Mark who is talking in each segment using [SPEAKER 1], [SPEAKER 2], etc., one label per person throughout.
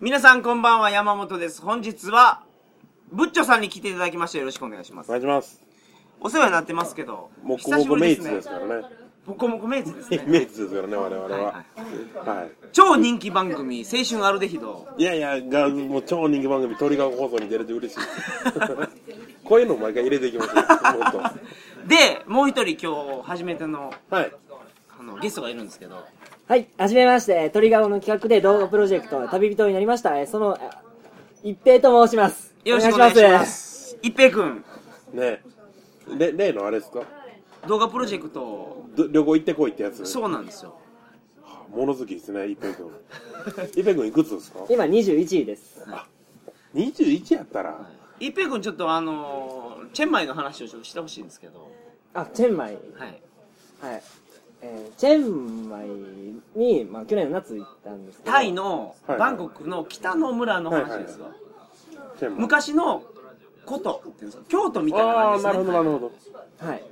[SPEAKER 1] 皆さんこんばんは、山本です。本日は、ブッチョさんに来ていただきましてよろしくお願いします
[SPEAKER 2] お。願いします。
[SPEAKER 1] お世話になってますけど、
[SPEAKER 2] もこ
[SPEAKER 1] 久
[SPEAKER 2] も
[SPEAKER 1] しぶ
[SPEAKER 2] こ
[SPEAKER 1] り
[SPEAKER 2] メイ
[SPEAKER 1] で
[SPEAKER 2] ツ
[SPEAKER 1] す
[SPEAKER 2] で
[SPEAKER 1] ね
[SPEAKER 2] す。からね。
[SPEAKER 1] ボコボコメイツですね。
[SPEAKER 2] メイツですからね、我々
[SPEAKER 1] はいは
[SPEAKER 2] は。は
[SPEAKER 1] 超人気番組、青春アルデヒド。
[SPEAKER 2] い。いやいや、がもう超人気番組、鳥が放送に出れて嬉しい。 こういうのを毎回入れていきましょう。もっと。
[SPEAKER 1] で、もう一人今日、初めての、
[SPEAKER 2] はい。
[SPEAKER 1] あの、ゲストがいるんですけど、
[SPEAKER 3] はい、はじめまして、鳥顔の企画で動画プロジェクト、旅人になりました。えーその、あ一平と申します。
[SPEAKER 1] よろしくお願いし
[SPEAKER 3] お願
[SPEAKER 1] ま
[SPEAKER 3] いし
[SPEAKER 1] す。一平くん、
[SPEAKER 2] ねえ。れ例のあれですか
[SPEAKER 1] 動画プロジェクト、
[SPEAKER 2] ど旅行行ってこいってやつ。
[SPEAKER 1] そうなんですよ。
[SPEAKER 2] 物好きですね、一平君。一平君いくつですか
[SPEAKER 3] ます今21位です。
[SPEAKER 2] ?21 やったら。
[SPEAKER 1] 一平くんちょっとあのー、チェンマイの話をちょっとしてほしいんですけど、
[SPEAKER 3] あ、チェンマイ。
[SPEAKER 1] はい。
[SPEAKER 3] はい。えーチェンマイに、まあ、去年の夏行ったんですけど。
[SPEAKER 1] タイの、
[SPEAKER 2] はい
[SPEAKER 1] バンコクの北の村の話ですよ。
[SPEAKER 2] チェンマイ
[SPEAKER 1] 昔の古都っていうんですか京都みたいな
[SPEAKER 2] あ
[SPEAKER 1] 感
[SPEAKER 2] あ、
[SPEAKER 1] じ
[SPEAKER 2] な
[SPEAKER 1] ですね
[SPEAKER 2] るほど、なるほど。
[SPEAKER 3] はい。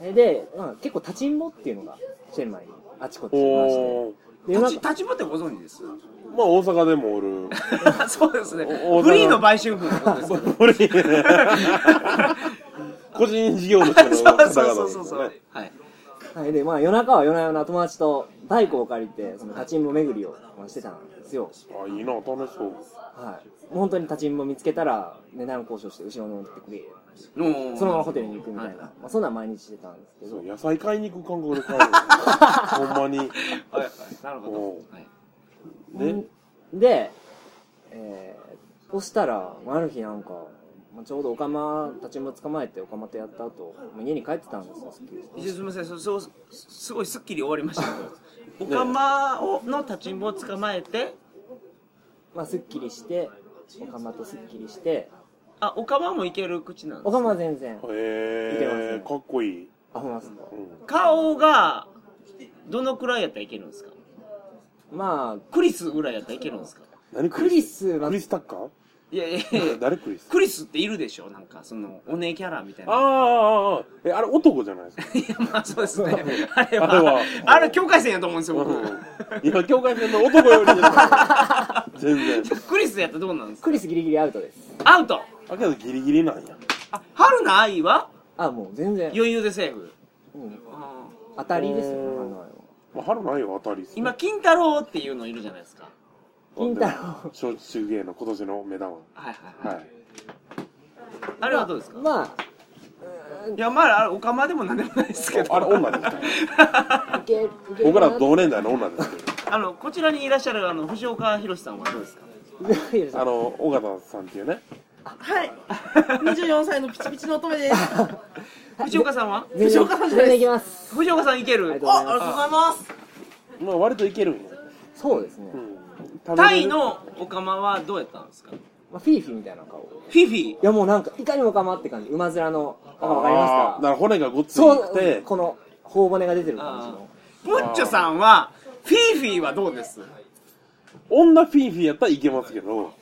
[SPEAKER 3] えーで、まあ、結構立ちんぼっていうのが、チェンマイにあちこちいまして。
[SPEAKER 2] おー。
[SPEAKER 3] で、なん
[SPEAKER 1] 立ち
[SPEAKER 3] か
[SPEAKER 1] 立ちぼってご存知です
[SPEAKER 2] まあ、大阪でもお る。
[SPEAKER 1] そうですね
[SPEAKER 2] お大阪
[SPEAKER 1] フリーの売春婦のことです
[SPEAKER 2] これいいね個人事業主の方
[SPEAKER 1] そ
[SPEAKER 2] 々で
[SPEAKER 1] う
[SPEAKER 2] す
[SPEAKER 1] そ
[SPEAKER 2] よね
[SPEAKER 1] うそうそうそう、はい、
[SPEAKER 3] はい、で、まあ、夜中は夜な夜な友達と太鼓を借りて、その立ちんぼ巡りをまあしてたんですよ。
[SPEAKER 2] あいいな楽しそう
[SPEAKER 3] はい。本当に立ちんぼ見つけたら、値段交渉して、後ろ乗ってくれ。
[SPEAKER 1] もう
[SPEAKER 3] そのままホテルに行くみたいな。
[SPEAKER 1] は
[SPEAKER 3] まあ、そんなん毎日してたんですけ
[SPEAKER 2] そう
[SPEAKER 3] ど。
[SPEAKER 2] 野菜買いに行く感覚で買うのほんまに
[SPEAKER 1] はいはいなるほ
[SPEAKER 2] お
[SPEAKER 1] ど
[SPEAKER 2] う、
[SPEAKER 1] はい、
[SPEAKER 2] ね
[SPEAKER 3] で、えー、そしたら、ある日なんか、まあ、ちょうどオカマ、立ちんぼ捕まえてオカマとやった後、まあ、家に帰ってたんですよ、すっきり
[SPEAKER 1] 一応すみませんそそうすごいすっきり終わりましたけどおかまをの立ちんぼを捕まえて
[SPEAKER 3] まあ、すっきりして、オカマとすっきりして、
[SPEAKER 1] あおかまもいける口なんで
[SPEAKER 3] オ
[SPEAKER 1] す
[SPEAKER 3] カマは全然、いけます
[SPEAKER 2] へえ
[SPEAKER 3] ね
[SPEAKER 2] かっこいい、
[SPEAKER 3] あ、ほんまですか。
[SPEAKER 2] うん
[SPEAKER 1] 顔がどのくらいやったらいけるんですか
[SPEAKER 3] まあ、
[SPEAKER 1] クリスぐらいやったらいけるんですか
[SPEAKER 2] 何
[SPEAKER 3] クリスは
[SPEAKER 2] クリスタッカー
[SPEAKER 1] いやいやいや
[SPEAKER 2] 誰クリス
[SPEAKER 1] クリスっているでしょなんか、その、お姉キャラみたい
[SPEAKER 2] あ
[SPEAKER 1] な。
[SPEAKER 2] あああえあれ男じゃないですか
[SPEAKER 1] いや、まあそうですね。あれは、あ
[SPEAKER 2] あ
[SPEAKER 1] れは
[SPEAKER 2] れは、
[SPEAKER 1] 境界線やと思うんですよ、僕。
[SPEAKER 2] うん今境界線の男よりですから全然
[SPEAKER 1] クリスやったらどうなんですか
[SPEAKER 3] クリスギリギリアウトです。
[SPEAKER 1] アウト
[SPEAKER 2] だけどギリギリなんや
[SPEAKER 1] あ、春の愛は
[SPEAKER 3] あ、もう全然、
[SPEAKER 1] 余裕でセーフ。
[SPEAKER 3] うん、
[SPEAKER 1] あー
[SPEAKER 3] 当たりですよ、ね、あの
[SPEAKER 2] まあ、春ないよ当たりっすね
[SPEAKER 1] 今、金太郎っていうのいるじゃないですか。
[SPEAKER 3] 金太郎
[SPEAKER 2] 小中芸の今年の目玉
[SPEAKER 1] はいはいはい。
[SPEAKER 2] はい
[SPEAKER 1] あれはどうですか、
[SPEAKER 3] まあ、
[SPEAKER 1] いや、まあ、あれ、おかまでもなんでもないですけど。
[SPEAKER 2] あれ女ですか
[SPEAKER 3] いけいける
[SPEAKER 2] 僕
[SPEAKER 3] からな
[SPEAKER 2] 同年代の女ですけど
[SPEAKER 1] あの、こちらにいらっしゃる、あの、藤岡弘さんはどうですか
[SPEAKER 2] あの尾形さんっていうね
[SPEAKER 4] はい。24歳のピチピチの乙女です。
[SPEAKER 1] 藤岡さんは
[SPEAKER 3] 全然
[SPEAKER 4] 藤岡さんじゃない
[SPEAKER 3] 全然いけます
[SPEAKER 1] 藤岡さんいける
[SPEAKER 3] りがとうござ
[SPEAKER 4] あ、あ
[SPEAKER 3] いま
[SPEAKER 4] りがとうございます。
[SPEAKER 2] まあ割といけるんや、
[SPEAKER 3] そうですね、
[SPEAKER 2] うん、
[SPEAKER 1] タイのおかまはどうやったんですかフ
[SPEAKER 3] まあ、フィーフィーみたいな顔い
[SPEAKER 1] ィフィ
[SPEAKER 3] やもうなんかいかにもかまって感じ馬面のなんかわかります
[SPEAKER 2] あーだ
[SPEAKER 3] か
[SPEAKER 2] から骨がごっつい
[SPEAKER 3] そ
[SPEAKER 2] く
[SPEAKER 3] う
[SPEAKER 2] て
[SPEAKER 3] この頬骨が出てる感じの
[SPEAKER 1] ブッチョさんは、フィーフィーはどうです
[SPEAKER 2] 女フィーフィーやったらいけますけど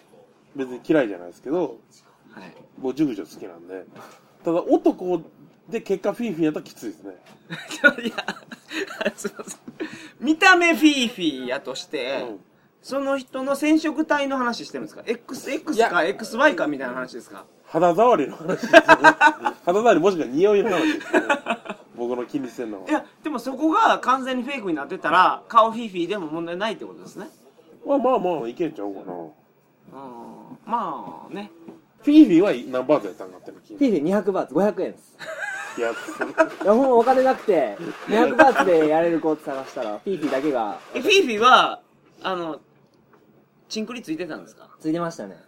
[SPEAKER 2] 別に嫌いじゃないですけど
[SPEAKER 1] はい。
[SPEAKER 2] 僕熟女好きなんでただ男で結果フィーフィーやったらきついですね
[SPEAKER 1] いや、すいません。 見た目フィーフィーやとして、
[SPEAKER 2] うん
[SPEAKER 1] その人の染色体の話してるんですか ?XX か XY かみたいな話ですか
[SPEAKER 2] 肌触りの話ですよね肌触りもしくは匂いの話ですよね僕の気にしてんの
[SPEAKER 1] い
[SPEAKER 2] は
[SPEAKER 1] や、でもそこが完全にフェイクになってたら、顔フィーフィーでも問題ないってことですね。
[SPEAKER 2] まあまあまあいけんちゃうかな
[SPEAKER 1] うん。まあね。
[SPEAKER 2] フィーフィーは何バーツやったんかっての聞い
[SPEAKER 3] フ
[SPEAKER 2] て
[SPEAKER 3] ィーフィー200バーツ500円です
[SPEAKER 2] い や
[SPEAKER 3] いやもうお金なくて200バーツでやれる子って探したらフィーフィーだけが
[SPEAKER 1] えフィーフィーは、あの、チンクリついてたんですか
[SPEAKER 3] ついてましたね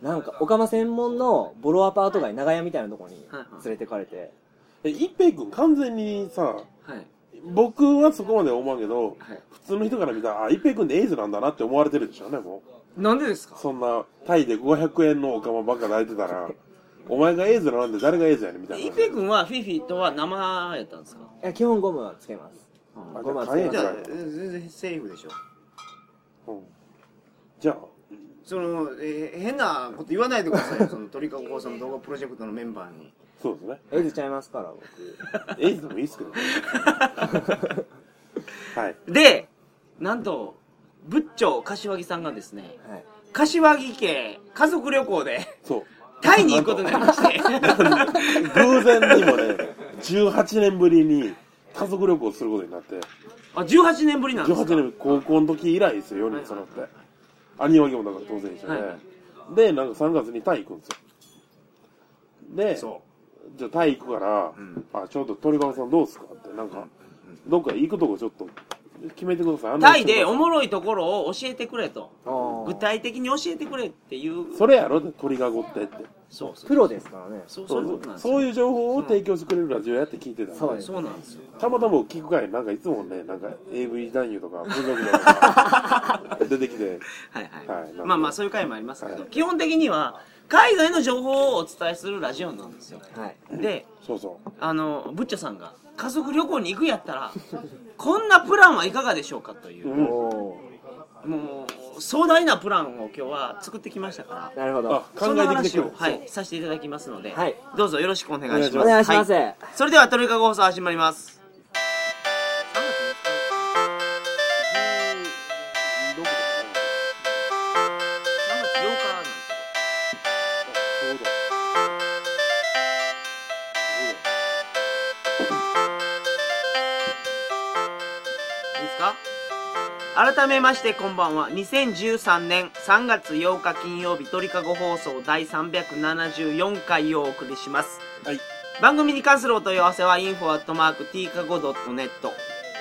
[SPEAKER 3] なんか、オカマ専門のボロアパート街、長屋みたいなとこに
[SPEAKER 1] はいはい
[SPEAKER 3] 連れてかれて、
[SPEAKER 2] え一平君完全にさ
[SPEAKER 1] はい。
[SPEAKER 2] 僕はそこまでは思うけど、
[SPEAKER 1] はい
[SPEAKER 2] 普通の人から見たら、あ、一平君でエイズなんだなって思われてるでしょうね、もう。
[SPEAKER 1] なんでですか
[SPEAKER 2] そんな、タイで500円のお釜ばっか抱いてたら、 お前がエイズなんで誰がエイズやねんみたいな。
[SPEAKER 1] 一平君はフィフィとは生やったんですか
[SPEAKER 3] いや、基本ゴムはつけます。
[SPEAKER 2] あ
[SPEAKER 3] ゴムはつ
[SPEAKER 2] じゃ
[SPEAKER 3] け
[SPEAKER 1] じ
[SPEAKER 2] あ
[SPEAKER 3] ます
[SPEAKER 1] ゃ
[SPEAKER 2] 変え。
[SPEAKER 1] あ、全然セーフでしょ。
[SPEAKER 2] うんじゃあ、
[SPEAKER 1] その、えー変なこと言わないでくださいよ、その鳥かご放送の動画プロジェクトのメンバーに。
[SPEAKER 2] そうですね。
[SPEAKER 3] エイズちゃいますから、僕。
[SPEAKER 2] エイ ズでもいいっすけどね。はい。
[SPEAKER 1] で、なんと、仏頂柏木さんがですね、
[SPEAKER 3] はい。
[SPEAKER 1] 柏木家家族旅行 で
[SPEAKER 2] そう
[SPEAKER 1] タイに行くことになりまして、
[SPEAKER 2] 偶然にもね18年ぶりに家族旅行をすることになって
[SPEAKER 1] あ、18年ぶりなんですか
[SPEAKER 2] 18年高校の時以来ですよ4人揃って、兄わけもだから当然一緒で、
[SPEAKER 1] はい
[SPEAKER 2] でなんか3月にタイ行くんですよで
[SPEAKER 5] そ
[SPEAKER 2] じゃあタイ行くから、
[SPEAKER 5] ん
[SPEAKER 2] あちょっと鳥川さんどうすかってなんか、どっか行くとこちょっと決めてください
[SPEAKER 1] タイでお
[SPEAKER 2] い
[SPEAKER 1] もろいところを教えてくれと。
[SPEAKER 3] あー
[SPEAKER 1] 具体的に教えてくれっていう。
[SPEAKER 2] それやろって鳥がごってって
[SPEAKER 1] そうそう。
[SPEAKER 3] プロですからね。
[SPEAKER 1] そう、そういうこ
[SPEAKER 2] そう
[SPEAKER 1] となんですよ。
[SPEAKER 2] そういう情報を提供してくれるラジオやって聞いてたんで
[SPEAKER 3] そうです
[SPEAKER 1] そうなんですよ。
[SPEAKER 2] たまたま聞く会なんかいつもねなんか AV 男優とか文学とか出てきて
[SPEAKER 1] はいはい。
[SPEAKER 2] はい
[SPEAKER 1] まあまあ、そういう回もありますけど、
[SPEAKER 2] はい
[SPEAKER 1] 基本的には、海外の情報をお伝えするラジオなんですよ。
[SPEAKER 3] はい。
[SPEAKER 1] で、
[SPEAKER 2] そうそう
[SPEAKER 1] あの、ブッチョさんが、家族旅行に行くやったら、こんなプランはいかがでしょうかという、
[SPEAKER 2] うん
[SPEAKER 3] お
[SPEAKER 1] もう、壮大なプランを今日は作ってきましたから
[SPEAKER 3] ー。、なるほど。
[SPEAKER 2] あ
[SPEAKER 3] は
[SPEAKER 2] 考えてきて
[SPEAKER 1] その話
[SPEAKER 2] くれ
[SPEAKER 1] を、はい、させていただきますので、
[SPEAKER 3] い。
[SPEAKER 1] どうぞよろしくお願いします。
[SPEAKER 3] お願いします。
[SPEAKER 1] はそれでは、トリカゴ放送始まります。3月8日なんですよ。いいですか改めましてこんばんは2013年3月8日金曜日鳥かご放送第374回をお送りします
[SPEAKER 2] はい
[SPEAKER 1] 番組に関するお問い合わせは info.tkago.net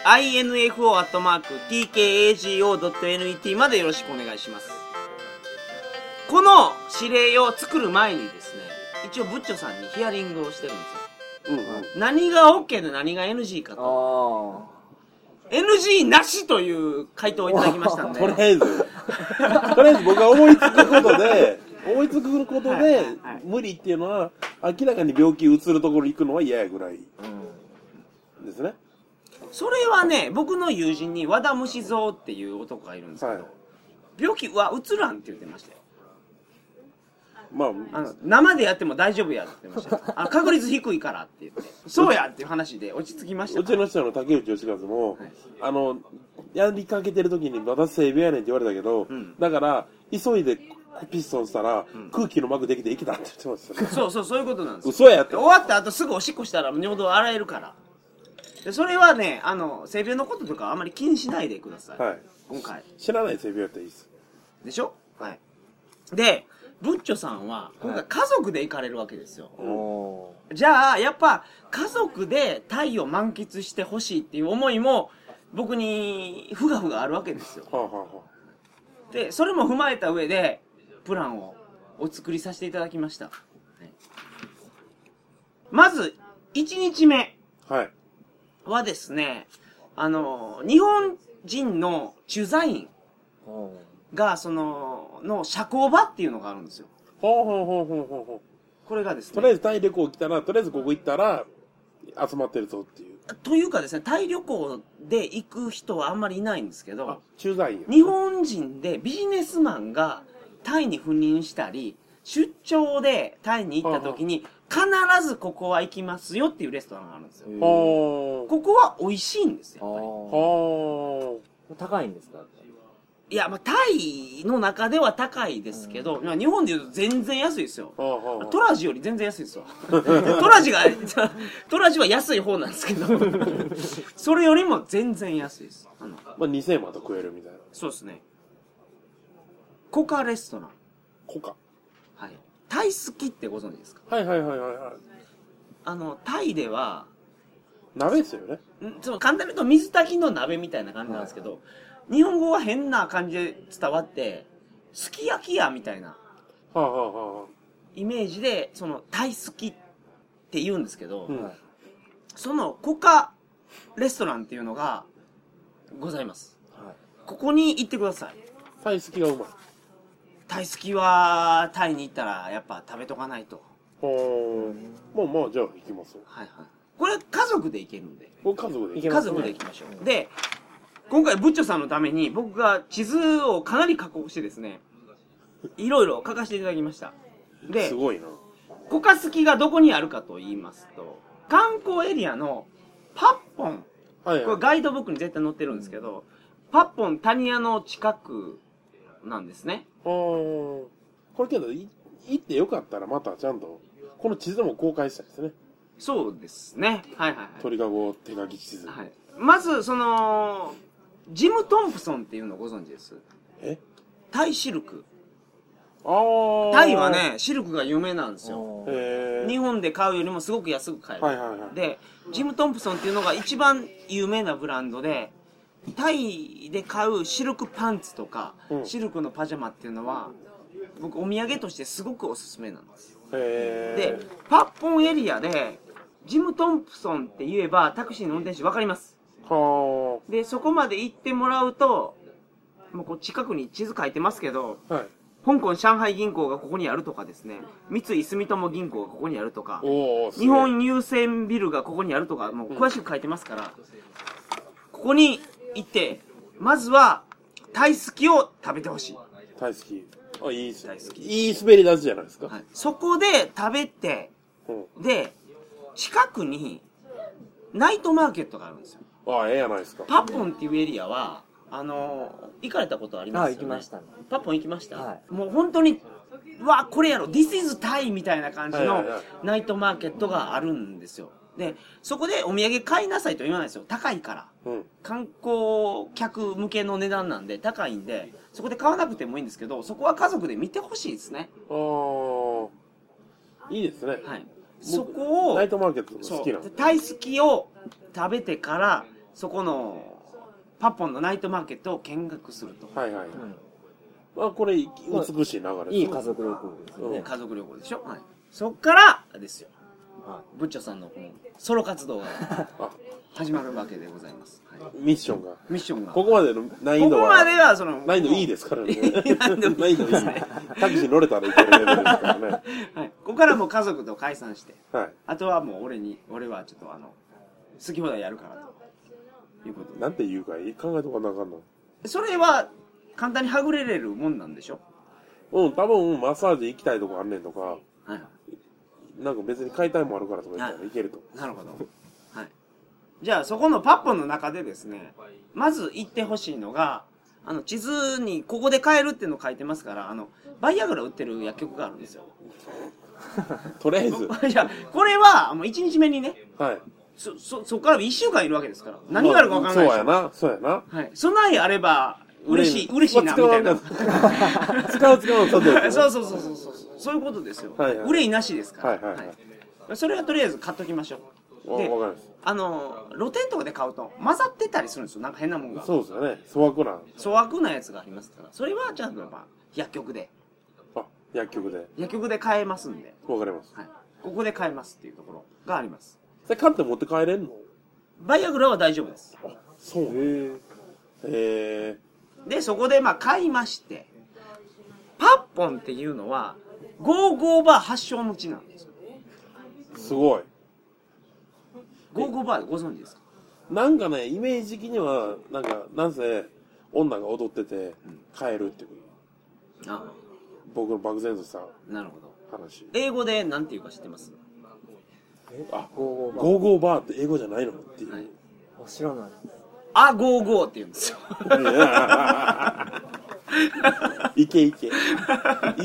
[SPEAKER 1] info.tkago.net までよろしくお願いしますこの指令を作る前にですね一応ブッチョさんにヒアリングをしてるんですよ
[SPEAKER 2] うんうん
[SPEAKER 1] 何が OK で何が NG か
[SPEAKER 3] あ
[SPEAKER 1] と
[SPEAKER 3] ー
[SPEAKER 1] NG なしという回答をいただきましたん で
[SPEAKER 2] とりあえずとりあえず僕は思いつくことで思いつくことで、
[SPEAKER 1] はいはいはい
[SPEAKER 2] 無理っていうのは明らかに病気移るところ行くのは嫌やぐらいですね、
[SPEAKER 1] それはね、僕の友人に和田虫蔵っていう男がいるんですけど、
[SPEAKER 2] はい
[SPEAKER 1] 病気はうつらんって言ってましたよ。
[SPEAKER 2] まあ
[SPEAKER 1] あの生でやっても大丈夫やって言ってました。あの確率低いからって言って、そうやっていう話で落ち着きました
[SPEAKER 2] う
[SPEAKER 1] から。
[SPEAKER 2] ちの人の竹内義和も、
[SPEAKER 1] い
[SPEAKER 2] あのやりかけてる時に「私性病やねん」って言われたけど、
[SPEAKER 1] ん
[SPEAKER 2] だから急いでピストンしたら、空気の膜できて生きたって言ってました ね
[SPEAKER 1] そうそう、そういうことなんですよ。
[SPEAKER 2] 嘘やって
[SPEAKER 1] で終わった後すぐおしっこしたら尿道洗えるから。でそれはね、あの、性病のこととかあんまり気にしないでください。
[SPEAKER 2] はい
[SPEAKER 1] 今回。
[SPEAKER 2] 知らない性病やったらいいです
[SPEAKER 1] でしょはい。で、ブッチョさんは、今回家族で行かれるわけですよ。
[SPEAKER 3] うん。お
[SPEAKER 1] じゃあ、やっぱ、家族でタイを満喫してほしいっていう思いも、僕に、ふがふがあるわけですよ。
[SPEAKER 2] はあ、はあは
[SPEAKER 1] で、それも踏まえた上で、プランをお作りさせていただきました。はいまず、1日目
[SPEAKER 2] あ、はい
[SPEAKER 1] はですね、あの、日本人の駐在員
[SPEAKER 3] ーおー
[SPEAKER 1] が、その、の社交場っていうのがあるんですよ。
[SPEAKER 2] ほうほうほうほうほうほう
[SPEAKER 1] これがですね、
[SPEAKER 2] とりあえずタイ旅行来たらとりあえずここ行ったら集まってるぞっていう
[SPEAKER 1] というかですね、タイ旅行で行く人はあんまりいないんですけど、
[SPEAKER 2] あ駐在員
[SPEAKER 1] 日本人でビジネスマンがタイに赴任したり、出張でタイに行った時に、必ずここは行きますよっていうレストランがあるんですよ。
[SPEAKER 3] へー
[SPEAKER 2] ほう
[SPEAKER 1] ここは美味しいんですよ、やっぱ
[SPEAKER 2] ほ
[SPEAKER 3] あー高いんですか
[SPEAKER 1] り。いや、まあ、タイの中では高いですけど、まあ日本で言うと全然安いですよ
[SPEAKER 2] う。ほうほう
[SPEAKER 1] トラジより 全然安いですわ。トラジが、トラジは安い方なんですけど、それよりも全然安いです。あの
[SPEAKER 2] まあ2000円また食えるみたいな
[SPEAKER 1] そうですね。コカレストラン。
[SPEAKER 2] コカ
[SPEAKER 1] はい。タイ好きってご存知ですか
[SPEAKER 2] はいはいはいはいはい
[SPEAKER 1] あの、タイでは、
[SPEAKER 2] 鍋ですよね
[SPEAKER 1] んその簡単に言うと水炊きの鍋みたいな感じなんですけど、日本語は変な感じで伝わって、すき焼きやみたいな
[SPEAKER 2] はあはあはあは
[SPEAKER 1] イメージで、そのタイ好きって言うんですけど、
[SPEAKER 2] あうん
[SPEAKER 3] はい
[SPEAKER 1] そのコカレストランっていうのがございます。
[SPEAKER 3] はい。
[SPEAKER 1] ここに行ってください。
[SPEAKER 2] タイ好きがうまい
[SPEAKER 1] タイ好きはタイに行ったらやっぱ食べとかないと。
[SPEAKER 2] ほうまあまあじゃあ行きますよ
[SPEAKER 1] はいはい。これ家族で行けるんで。
[SPEAKER 2] これ家族で行
[SPEAKER 3] 行け
[SPEAKER 1] 家
[SPEAKER 3] ますね
[SPEAKER 1] 族で行きましょう。で、今回、ブッチョさんのために、僕が地図をかなり加工してですね、いろいろ書かせていただきました。
[SPEAKER 2] く、
[SPEAKER 1] です
[SPEAKER 2] ごいな
[SPEAKER 1] コカスキがどこにあるかと言いますと、観光エリアのパッポン、
[SPEAKER 2] はい
[SPEAKER 1] これ
[SPEAKER 2] はい
[SPEAKER 1] ガイドブックに絶対載ってるんですけど、パッポン谷屋の近くなんですね。
[SPEAKER 2] これけど、い行ってよかったらまたちゃんと、この地図でも公開したいですね。
[SPEAKER 1] そうですね。はいはいはい。
[SPEAKER 2] 鳥籠手書き地図。
[SPEAKER 1] はい、まず、その、ジム・トンプソンっていうのご存知です
[SPEAKER 2] え
[SPEAKER 1] タイシルク。
[SPEAKER 2] あー。
[SPEAKER 1] タイは。ね、シルクが有名なんですよ。
[SPEAKER 3] おー
[SPEAKER 2] えー。
[SPEAKER 1] 日本で買うよりもすごく安く買える。
[SPEAKER 2] はいはいはい。
[SPEAKER 1] で、ジム・トンプソンっていうのが一番有名なブランドで、タイで買うシルクパンツとか、
[SPEAKER 2] うん
[SPEAKER 1] シルクのパジャマっていうのは、僕お土産としてすごくおすすめなんです。で
[SPEAKER 2] え、
[SPEAKER 1] パッポンエリアで、ジム・トンプソンって言えばタクシーの運転手わかります。
[SPEAKER 2] ー。は
[SPEAKER 1] で、そこまで行ってもらうと、もうこう近くに地図書いてますけど、
[SPEAKER 2] ー。はい。
[SPEAKER 1] 香港上海銀行がここにあるとかですね、三井住友銀行がここにあるとか、
[SPEAKER 2] おー、すげえ
[SPEAKER 1] 日本郵船ビルがここにあるとか、もう詳しく書いてますから、ここに行って、まずは、タイスキを食べてほしい。
[SPEAKER 2] 大好き。あ、いいっす
[SPEAKER 1] 大好き
[SPEAKER 2] いい滑り出しじゃないですか。
[SPEAKER 1] はいそこで食べて、
[SPEAKER 2] うん。
[SPEAKER 1] で、近くに、ナイトマーケットがあるんですよ。
[SPEAKER 2] あ、ええやないですか。
[SPEAKER 1] パッポンっていうエリアは、あの、行かれたことあり
[SPEAKER 3] あ
[SPEAKER 1] ます
[SPEAKER 3] ー、
[SPEAKER 1] よ
[SPEAKER 3] 行
[SPEAKER 1] ね
[SPEAKER 3] きましたね。
[SPEAKER 1] パッポン行きました、
[SPEAKER 3] はい
[SPEAKER 1] もう本当に、うわ、これやろ、This is Thai みたいな感じ
[SPEAKER 2] は
[SPEAKER 1] の
[SPEAKER 2] いはいはい
[SPEAKER 1] ナイトマーケットがあるんですよ。で、そこでお土産買いなさいとは言わないですよ。高いから。
[SPEAKER 2] うん。
[SPEAKER 1] 観光客向けの値段なんで高いんで、そこで買わなくてもいいんですけど、そこは家族で見てほしいですね。
[SPEAKER 2] あー。いいですね。
[SPEAKER 1] はい。
[SPEAKER 2] 僕
[SPEAKER 1] そこを、
[SPEAKER 2] ナイトマーケットとか
[SPEAKER 1] そ
[SPEAKER 2] 好きなんで
[SPEAKER 1] う。タイスキを食べてから、そこの、パッポンのナイトマーケットを見学すると。
[SPEAKER 2] はいはい。
[SPEAKER 3] う
[SPEAKER 2] あ、これ、美しい流れ
[SPEAKER 3] ん、いい家族旅行ですよね。
[SPEAKER 1] 家族旅行でしょはい。そっから、ですよ。
[SPEAKER 3] は
[SPEAKER 1] ブッチョさんのこのソロ活動 が
[SPEAKER 2] あ、
[SPEAKER 1] 始まるわけでございます。はい、
[SPEAKER 2] ミッションが。
[SPEAKER 1] ミッションが。
[SPEAKER 2] ここまでの難易
[SPEAKER 1] こ
[SPEAKER 2] 度
[SPEAKER 1] こ
[SPEAKER 2] は。
[SPEAKER 1] まではその、。
[SPEAKER 2] 難易度いいですすからね。
[SPEAKER 1] 難易度いい ですね
[SPEAKER 2] タクシー乗れたらいけるレベルですからね。
[SPEAKER 1] はい。ここからもう家族と解散して、
[SPEAKER 2] は
[SPEAKER 1] あとはもう俺に、俺はちょっとあの、好き放題やるからと。いうこ
[SPEAKER 2] い。
[SPEAKER 1] と
[SPEAKER 2] なんて言うかいい考えとかなあかんの。
[SPEAKER 1] で。それは、簡単にはぐれれるもんなんでしょ
[SPEAKER 2] うん、多分、マッサージ行きたいとこあんねんとか、
[SPEAKER 1] はいは
[SPEAKER 2] なんか別に買いたいもんあるからとか言ったらいけると。
[SPEAKER 1] い。なるほど。はい。じゃあ、そこのパッポンの中でですね、まず行ってほしいのが、あの、地図にここで買えるっていうの書いてますから、あの、バイアグラ売ってる薬局があるんですよ。
[SPEAKER 2] とりあえず、
[SPEAKER 1] いや、これは、もう1日目にね、
[SPEAKER 2] はい。
[SPEAKER 1] そ、そ、そこから1週間いるわけですから。何があるかわからないで
[SPEAKER 2] そう
[SPEAKER 1] し
[SPEAKER 2] や
[SPEAKER 1] ょ。
[SPEAKER 2] な、そうやな。
[SPEAKER 1] はい。備えあれば、嬉しい、
[SPEAKER 2] ね
[SPEAKER 1] 嬉しいな、みたいな。
[SPEAKER 2] 使わんか使う使うの、外 や
[SPEAKER 1] そうそうそうそうそう。そういうことですよ。
[SPEAKER 2] はいはい
[SPEAKER 1] 憂いなしですから。
[SPEAKER 2] はいはいはい
[SPEAKER 1] それはとりあえず買っときましょう。
[SPEAKER 2] わ
[SPEAKER 1] で、
[SPEAKER 2] わかります。
[SPEAKER 1] あの、露店とかで買うと混ざってたりするんですよ。なんか変なもんが。
[SPEAKER 2] そうですよね。粗悪な。
[SPEAKER 1] 粗悪なやつがありますから。それは、ちゃんとやっぱ、薬局で。
[SPEAKER 2] あ、薬局で。
[SPEAKER 1] 薬局で買えますんで。
[SPEAKER 2] わかります。
[SPEAKER 1] はい。ここで買えますっていうところがあります。
[SPEAKER 2] それ買って持って帰れんの
[SPEAKER 1] バイアグラは大丈夫です。
[SPEAKER 2] そう。へえ。へ
[SPEAKER 1] で、そこでまあ買いまして、パッポンっていうのは、ゴーゴーバー発祥の地なんですよ。
[SPEAKER 2] え。すごい。
[SPEAKER 1] ゴーゴーバーご存知ですか
[SPEAKER 2] なんかね、イメージ的には、なんか、なんせ、女が踊ってて、帰るっていう、
[SPEAKER 1] あ
[SPEAKER 2] 僕の漠然とした
[SPEAKER 1] あ、なるほど。
[SPEAKER 2] 話。
[SPEAKER 1] 英語でなんていうか知ってます
[SPEAKER 2] あ、
[SPEAKER 3] ゴーゴー
[SPEAKER 2] ゴーゴーバーって英語じゃないのっていう。
[SPEAKER 1] はい
[SPEAKER 3] バー。あ知らない。
[SPEAKER 1] あ、ゴーゴーって言うんですよ。
[SPEAKER 2] いけいけ。い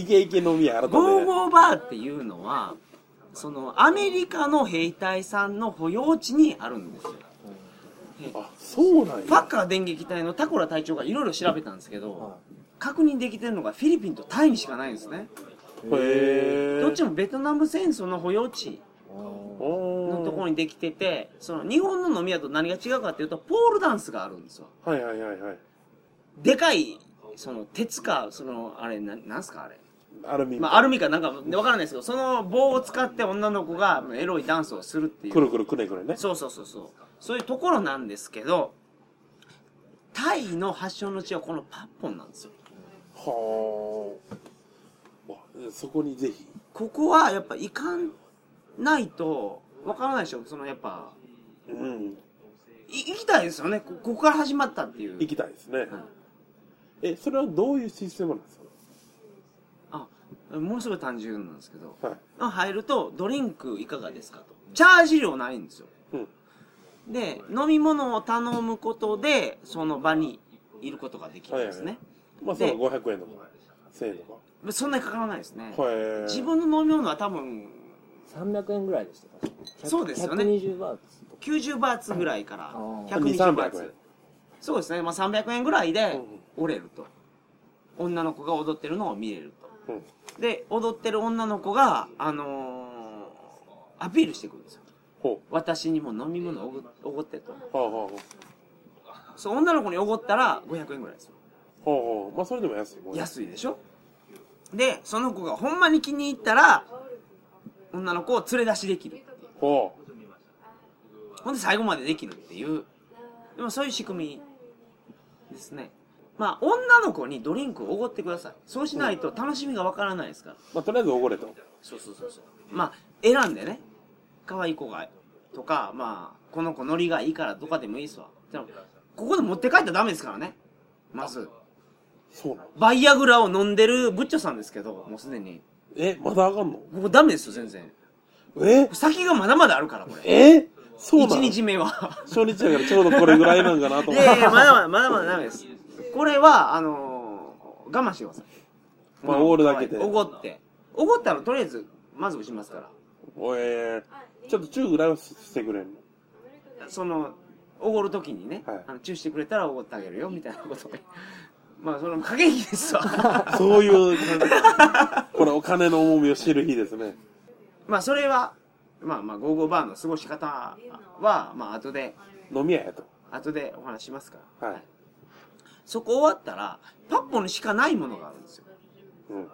[SPEAKER 2] けいけ飲みや、改め。
[SPEAKER 1] ゴーゴーバーっていうのは、そのアメリカの兵隊さんの保養地にあるんですよ。
[SPEAKER 2] あ、そうなん
[SPEAKER 1] ファ
[SPEAKER 2] や
[SPEAKER 1] ッ。カー電撃隊のタコラ隊長がいろいろ調べたんですけど
[SPEAKER 3] は、
[SPEAKER 1] 確認できてるのがフィリピンとタイにしかないんですね。
[SPEAKER 2] へえ。
[SPEAKER 1] どっち
[SPEAKER 2] も。
[SPEAKER 1] もベトナム戦争の保養地
[SPEAKER 3] い。
[SPEAKER 2] の
[SPEAKER 1] のところにできてて、その日本の飲み屋と何が違うかっていうと、ポールダンスがあるんですよ。
[SPEAKER 2] はいはいはいはい。
[SPEAKER 1] でかい、その鉄か、その、あれ、ななんすかあれ。
[SPEAKER 2] アルミ。
[SPEAKER 1] まあ、アルミかなんかわからないですけど、その棒を使って女の子がエロいダンスをするってい
[SPEAKER 2] く
[SPEAKER 1] う。
[SPEAKER 2] るくるくねくねね。
[SPEAKER 1] そうそうそうそう。そういうところなんですけど、タイの発祥の地はこのパッポンなんですよ。
[SPEAKER 2] はあ。そこにぜひ。
[SPEAKER 1] ここはやっぱ行かんないと、わからないでしょそのやっぱ、
[SPEAKER 2] うん。
[SPEAKER 1] い行きたいですよね。こここから始まったっていう。
[SPEAKER 2] 行きたいですね
[SPEAKER 1] は。い
[SPEAKER 2] え、それはどういうシステムなんです
[SPEAKER 1] あ、ものすごい単純なんですけど、
[SPEAKER 2] かはい。
[SPEAKER 1] あ入ると、ドリンクいかがですかと。チャージ料ないんですよ。
[SPEAKER 2] うん。
[SPEAKER 1] で、飲み物を頼むことで、その場にいることができるんですね。
[SPEAKER 2] まあ、その500円とか、1000円とか。
[SPEAKER 1] まあそんなにかからないですね。
[SPEAKER 2] はい。
[SPEAKER 1] 自分の飲み物は多分、
[SPEAKER 3] 300円ぐらいでした確か100
[SPEAKER 1] そうですよね
[SPEAKER 3] 120バーツとか
[SPEAKER 1] 90バーツぐらいから
[SPEAKER 3] ー
[SPEAKER 1] 120バー
[SPEAKER 2] 200円
[SPEAKER 1] ツ。そうですね。まあ、300円ぐらいで折れると。女の子が踊ってるのを見れる
[SPEAKER 2] うん
[SPEAKER 1] と。で、踊ってる女の子が、あのーアピールしてくるんですよ。
[SPEAKER 2] ほ
[SPEAKER 1] 私にも飲み物をおごおごってと。
[SPEAKER 2] う。はあ、はあ、はあ。
[SPEAKER 1] そう、女の子におごったら500円ぐらいですよ。
[SPEAKER 2] ほうほう。まあ、それでも安いもんね。
[SPEAKER 1] 安いでしょで、その子がほんまに気に入ったら、女の子を連れ出しできる。
[SPEAKER 2] ほ
[SPEAKER 1] ほんで最後までできるっていう。でもそういう仕組みですね。まあ、女の子にドリンクをおごってください。そうしないと楽しみがわからないですから。
[SPEAKER 2] う。まあ、とりあえずおごれと。
[SPEAKER 1] そうそうそうそう。まあ、選んでね。可愛い子が、とか、まあ、この子ノリがいいからとかでもいいですわ。でも、ここで持って帰ったらダメですからね。まず、
[SPEAKER 2] そうなの
[SPEAKER 1] バイアグラを飲んでるブッチョさんですけど、もうすでに。
[SPEAKER 2] え、まだあかんの
[SPEAKER 1] もうダメですよ、全然。
[SPEAKER 2] え
[SPEAKER 1] 先がまだまだあるから、これ。
[SPEAKER 2] えそうなの
[SPEAKER 1] 1日目は。
[SPEAKER 2] 初日やからちょうどこれぐらいなんかなと
[SPEAKER 1] い
[SPEAKER 2] 思っ
[SPEAKER 1] や
[SPEAKER 2] て。
[SPEAKER 1] いや、まだまだ、まだまだダメです。これは、あのー我慢してください。
[SPEAKER 2] まあ、おごるだけで。
[SPEAKER 1] はいおごって。おごったらとりあえず、まずしますか
[SPEAKER 2] おえーちょっとチューぐらいはしてくれんの。
[SPEAKER 1] ら。その、おごるときにね、
[SPEAKER 2] はい
[SPEAKER 1] あのチューしてくれたらおごってあげるよ、みたいなことで。まあ、その、駆け引きですわ。
[SPEAKER 2] そういう、 これお金の重みを知る日ですね。
[SPEAKER 1] まあ、それは、まあまあ、ゴーゴーバーの過ごし方は、まあ、後で、
[SPEAKER 2] 飲み屋やと。
[SPEAKER 1] 後でお話しますから。
[SPEAKER 2] はい。
[SPEAKER 1] そこ終わったら、パッポにしかないものがあるんですよ。
[SPEAKER 2] うん。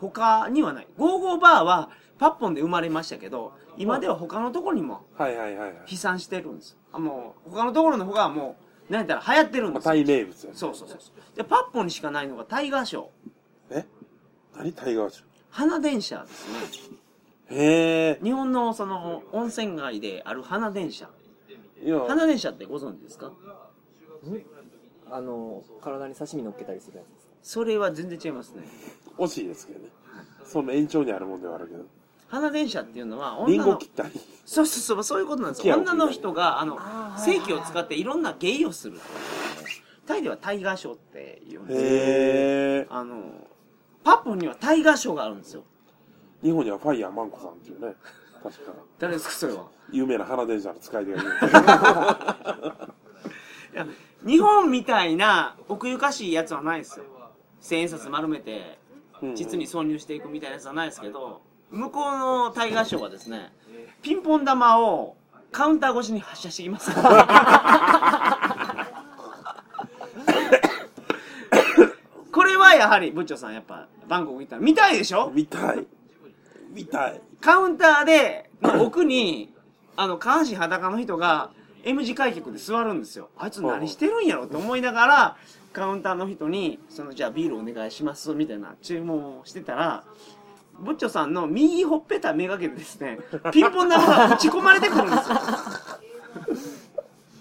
[SPEAKER 1] 他にはない。ゴーゴーバーは、パッポンで生まれましたけど、今では他のところにも
[SPEAKER 2] はいはいはいはい。
[SPEAKER 1] 飛散してるんですよ。あもう、他のところの方がもう、なんやったら流行ってるんで
[SPEAKER 2] まあ、
[SPEAKER 1] すよ。
[SPEAKER 2] 大名物やね。
[SPEAKER 1] そうそうそうそう。で、パッポンにしかないのがタイガーショー。
[SPEAKER 2] え何タイガーショー
[SPEAKER 1] 花電車ですね。
[SPEAKER 2] へえ。
[SPEAKER 1] 日本のその、温泉街である花電車。
[SPEAKER 2] 今、
[SPEAKER 1] 花電車ってご存知ですか
[SPEAKER 3] あの体に刺身乗っけたりするやつです
[SPEAKER 1] それは全然違いますね。
[SPEAKER 2] 惜しいですけどね。その延長にあるもんではあるけど。
[SPEAKER 1] 花電車っていうのは、
[SPEAKER 2] リン
[SPEAKER 1] 女
[SPEAKER 2] ゴ
[SPEAKER 1] の
[SPEAKER 2] 切、ったり。
[SPEAKER 1] そうそうそう、そういうことなんです
[SPEAKER 2] 木
[SPEAKER 1] よ。
[SPEAKER 2] を切る
[SPEAKER 1] 女の人が、あの、正規を使っていろんな芸をする。タイではタイガーショーって言うんですよ
[SPEAKER 2] へえ。
[SPEAKER 1] あの、パポにはタイガーショーがあるんですよ。
[SPEAKER 2] 日本にはファイヤーマンコさんっていう ね。確か、
[SPEAKER 1] 誰ですか、それは。
[SPEAKER 2] 有名な花電車の使い手がいる。
[SPEAKER 1] いや、日本みたいな奥ゆかしいやつはないですよ。千円札丸めて、
[SPEAKER 2] うん
[SPEAKER 1] 実に。挿入していくみたいなやつはないですけど、向こうのタイガーショーはですね、ピンポン玉をカウンター越しに発射してきます。 これはやはり、部長さんやっぱ、バンコク行ったら見たいでしょ
[SPEAKER 2] 見たい。見たい。
[SPEAKER 1] カウンターで、の奥に、あの、下半身裸の人が、M 字開脚で座るんですよ。あいつ何してるんやろって思いながら、カウンターの人に、その、じゃあビールお願いします、みたいな注文をしてたら、ブッチョさんの右ほっぺためがけてですね、ピンポン玉が打ち込まれてくるんです